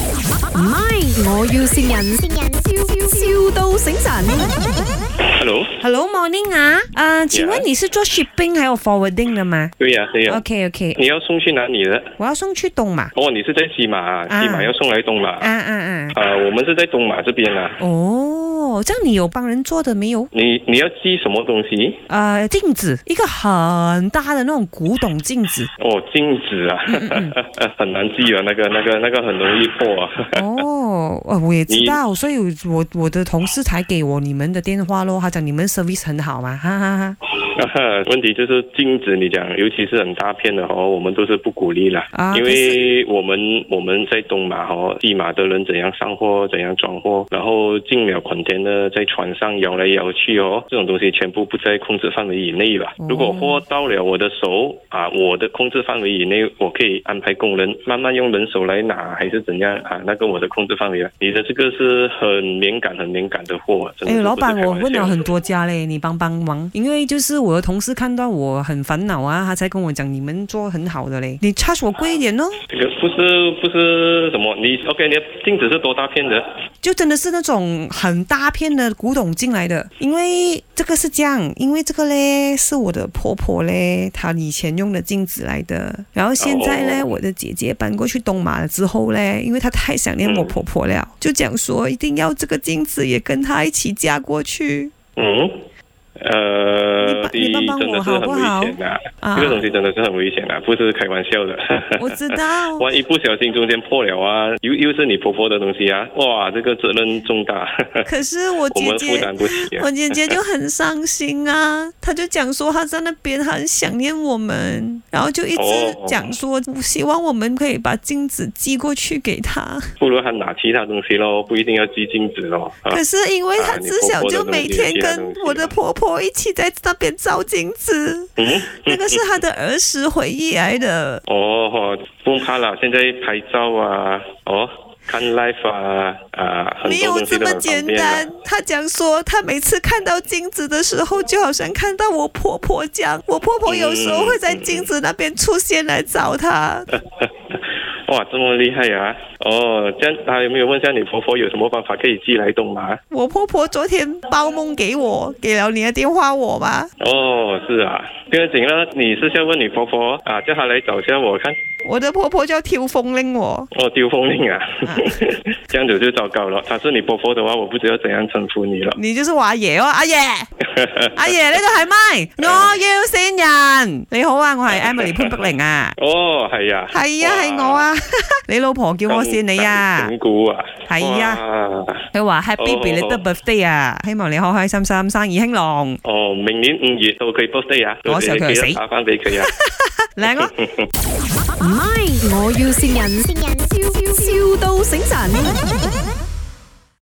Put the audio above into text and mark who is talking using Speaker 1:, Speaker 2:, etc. Speaker 1: 唔係，我要善人，笑笑到醒神。
Speaker 2: Hello，
Speaker 3: Hello morning 啊，呃，请问你是做 shipping 还有 forwarding 的吗
Speaker 2: 对呀、对呀、
Speaker 3: ？OK OK，
Speaker 2: 你要送去哪里的？
Speaker 3: 我要送去东马。
Speaker 2: 哦，你是在西马，
Speaker 3: 啊
Speaker 2: 西马要送来东马。
Speaker 3: 啊啊啊！
Speaker 2: 啊，我们是在东马这边啊。
Speaker 3: 哦，这样你有帮人做的没有？
Speaker 2: 你你要寄什么东西？
Speaker 3: 呃，镜子，一个很大的那种古董 镜子。
Speaker 2: 哦，镜子 啊，很难寄啊，那个那个那个很容易破啊。
Speaker 3: 哦，呃我也知道，所以我我的同事才给我你们的电话咯，他讲你们 service 很好嘛，哈哈哈。
Speaker 2: 问题就是镜子，你讲，尤其是很大片的哦，我们都是不鼓励啦，
Speaker 3: 啊
Speaker 2: 因
Speaker 3: 可
Speaker 2: 为我们我们在东马哦，地马的人怎样上货，怎样装货，然后进了捆天呢，在船上摇来摇去哦，这种东西全部不在控制范围以内吧
Speaker 3: 哦。
Speaker 2: 如果货到了我的手啊，我的控制范围以内，我可以安排工人慢慢用人手来拿，还是怎样啊？那个我的控制范围啊，你的这个是很敏感、很敏感的货啊，真的
Speaker 3: 哎，
Speaker 2: 是
Speaker 3: 老
Speaker 2: 不是
Speaker 3: 板，
Speaker 2: 开
Speaker 3: 我
Speaker 2: 玩
Speaker 3: 问
Speaker 2: 笑
Speaker 3: 了
Speaker 2: 的
Speaker 3: 很多家嘞，你帮帮忙，因为就是我的同事看到我很烦恼啊，他才跟我讲你们做很好的嘞，你 charge 我贵一点哦，
Speaker 2: 这个不是不是什么，你 OK，你的镜子是多大片的？
Speaker 3: 就真的是那种很大片的古董进来的，因为这个是这样，因为这个嘞是我的婆婆嘞，她以前用的镜子来的，然后现在嘞
Speaker 2: 哦
Speaker 3: 我的姐姐搬过去东马了之后嘞，因为她太想念我
Speaker 2: 嗯
Speaker 3: 婆婆了，就讲说一定要这个镜子也跟她一起嫁过去
Speaker 2: 嗯，呃，
Speaker 3: 你帮你帮帮
Speaker 2: 真的
Speaker 3: 我
Speaker 2: 是
Speaker 3: 好
Speaker 2: 很
Speaker 3: 不
Speaker 2: 危
Speaker 3: 好
Speaker 2: 险的、
Speaker 3: 啊
Speaker 2: 这！个东西真的是很危险的、啊不是开玩 笑的。，
Speaker 3: 我知道
Speaker 2: 万一不小心中间破了啊，又又是你婆婆的东西啊，哇，这个责任重大，
Speaker 3: 可是我
Speaker 2: 我
Speaker 3: 姐
Speaker 2: 们负
Speaker 3: 姐。
Speaker 2: 担不起、啊
Speaker 3: 我。姐姐就很伤 心啊，她就讲说她在那边她很想念我们，然后就一直
Speaker 2: 哦
Speaker 3: 讲说希望我们可以把镜子寄过去给她。
Speaker 2: 不如还拿其他东西咯，不一定要寄镜子咯。啊
Speaker 3: 可是因为
Speaker 2: 啊
Speaker 3: 她
Speaker 2: 你
Speaker 3: 自小
Speaker 2: 婆婆的
Speaker 3: 就
Speaker 2: 东
Speaker 3: 每
Speaker 2: 西
Speaker 3: 天
Speaker 2: 寄来
Speaker 3: 跟
Speaker 2: 东西
Speaker 3: 我的
Speaker 2: 啊
Speaker 3: 婆婆一起在那边照镜 子，
Speaker 2: 嗯，
Speaker 3: 那个是她的儿时回忆来的。
Speaker 2: 哦，不用怕啦，现在拍照啊，哦，看 live 啊，啊，很
Speaker 3: 没
Speaker 2: 多
Speaker 3: 有
Speaker 2: 东西
Speaker 3: 这
Speaker 2: 都
Speaker 3: 么
Speaker 2: 很
Speaker 3: 简
Speaker 2: 方便啊
Speaker 3: 单。她讲说，她每次看到镜子的时候，就好像看到我婆婆这样。我婆婆有
Speaker 2: 嗯
Speaker 3: 时候会在镜子那边出现来找她。
Speaker 2: 哇，这么厉害啊！哦，这样他有没有问一下你婆婆有什么办法可以寄来东马？
Speaker 3: 我婆婆昨天包梦给我，给了你的电话我吗？
Speaker 2: 哦，是啊，不要紧了，你是要问你婆婆啊，叫她来找一下我看。
Speaker 3: 我的婆婆叫挑风令我，
Speaker 2: 哦，丢风令啊，
Speaker 3: 啊
Speaker 2: 这样子就糟糕了。她是你婆婆的话，我不知道怎样称呼你了。
Speaker 3: 你就是我阿爷哦，阿爷，阿爷呢度係咪？我要善人，你好啊，我係 Emily 潘碧玲啊，
Speaker 2: 哦，系啊，
Speaker 3: 係啊
Speaker 2: 哇
Speaker 3: 係我，啊， 你老婆叫我善你啊
Speaker 2: 整，蛊啊，
Speaker 3: 係
Speaker 2: 啊，
Speaker 3: 佢話 Happy belated birthday 啊，希望你開開心心，生意興隆，
Speaker 2: 哦，明年五月到佢 birthday 啊，
Speaker 3: 我想佢
Speaker 2: 記
Speaker 3: 死
Speaker 2: 得打翻俾佢啊。
Speaker 3: 靚咯。
Speaker 1: 唔係，我要善人，笑笑到醒神。